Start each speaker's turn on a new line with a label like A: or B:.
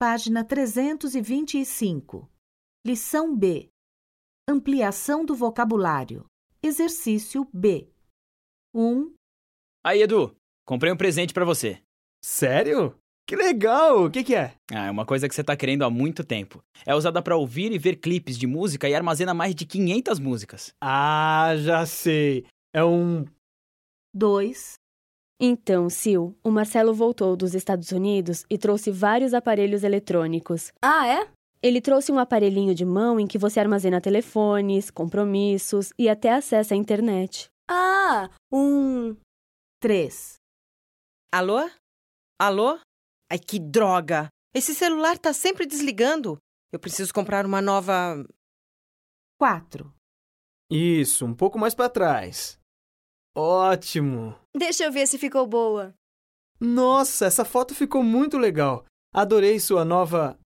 A: Página 325. Lição B. Ampliação do vocabulário. Exercício B. 1,
B: Aí, Edu, comprei um presente pra você.
C: Sério? Que legal! O que, que é?
B: Ah, é uma coisa que você tá querendo há muito tempo. É usada pra ouvir e ver clipes de música e armazena mais de 500 músicas.
C: Ah, já sei. É um.
A: 2,
D: Então, Sil, o Marcelo voltou dos Estados Unidos e trouxe vários aparelhos eletrônicos.
E: Ah, é?
D: Ele trouxe um aparelhinho de mão em que você armazena telefones, compromissos e até acessa a internet.
E: Ah, um.
A: 3,
F: Alô? Alô? Ai, que droga! Esse celular tá sempre desligando. Eu preciso comprar uma nova.
A: 4,
C: Isso, um pouco mais pra trás. Ótimo!
E: Deixa eu ver se ficou boa.
C: Nossa, essa foto ficou muito legal. Adorei sua nova.